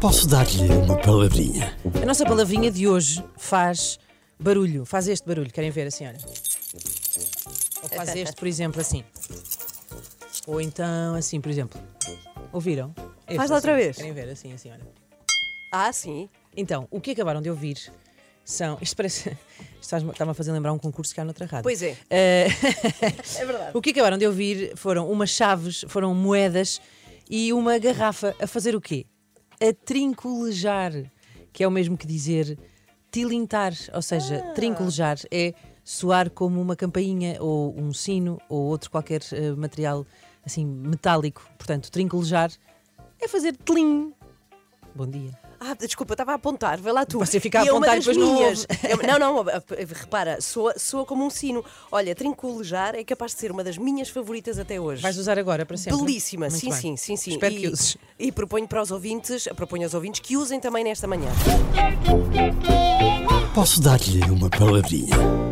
Posso dar-lhe uma palavrinha? A nossa palavrinha de hoje faz barulho, faz este barulho, querem ver assim, olha. Ou faz este, por exemplo, assim. Ou então, assim, por exemplo. Ouviram? Este, Faz lá outra assim. vez. Querem ver, assim, assim, olha. Ah, sim. Então, o que acabaram de ouvir são. Isto parece. Isto faz-me- está-me a fazer lembrar um concurso que há noutra rádio. Pois é. Eh, É verdade. o que acabaram de ouvir foram umas chaves, foram moedas e uma garrafa a fazer o quê? A trincolejar, que é o mesmo que dizer tilintar, ou seja, Ah. trincolejar é soar como uma campainha ou um sino ou outro qualquer eh, material assim metálico. Portanto, trincolejar é fazer tlim. Bom dia. Ah, desculpa, estava a apontar, vai lá tu. Você fica a E é uma apontar e das depois não minhas. É uma- Não, não, a- a- repara, soa, soa como um sino. Olha, trincolejar é capaz de ser uma das minhas favoritas até hoje. Vais usar agora para sempre? Belíssima, Muito sim, bem. sim, sim, sim. Espero e, que uses. E proponho para os ouvintes, proponho aos ouvintes que usem também nesta manhã. Posso dar-lhe uma palavrinha?